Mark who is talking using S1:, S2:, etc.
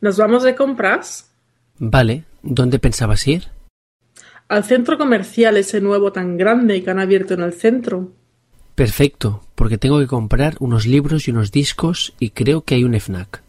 S1: ¿Nos vamos de compras?
S2: Vale, ¿dónde pensabas ir?
S1: Al centro comercial ese nuevo tan grande que han abierto en el centro.
S2: Perfecto, porque tengo que comprar unos libros y unos discos y creo que hay un FNAC.